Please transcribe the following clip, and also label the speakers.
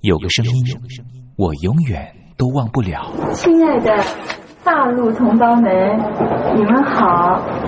Speaker 1: 有个声音，我永远都忘不了。
Speaker 2: 亲爱的大陆同胞们，你们好，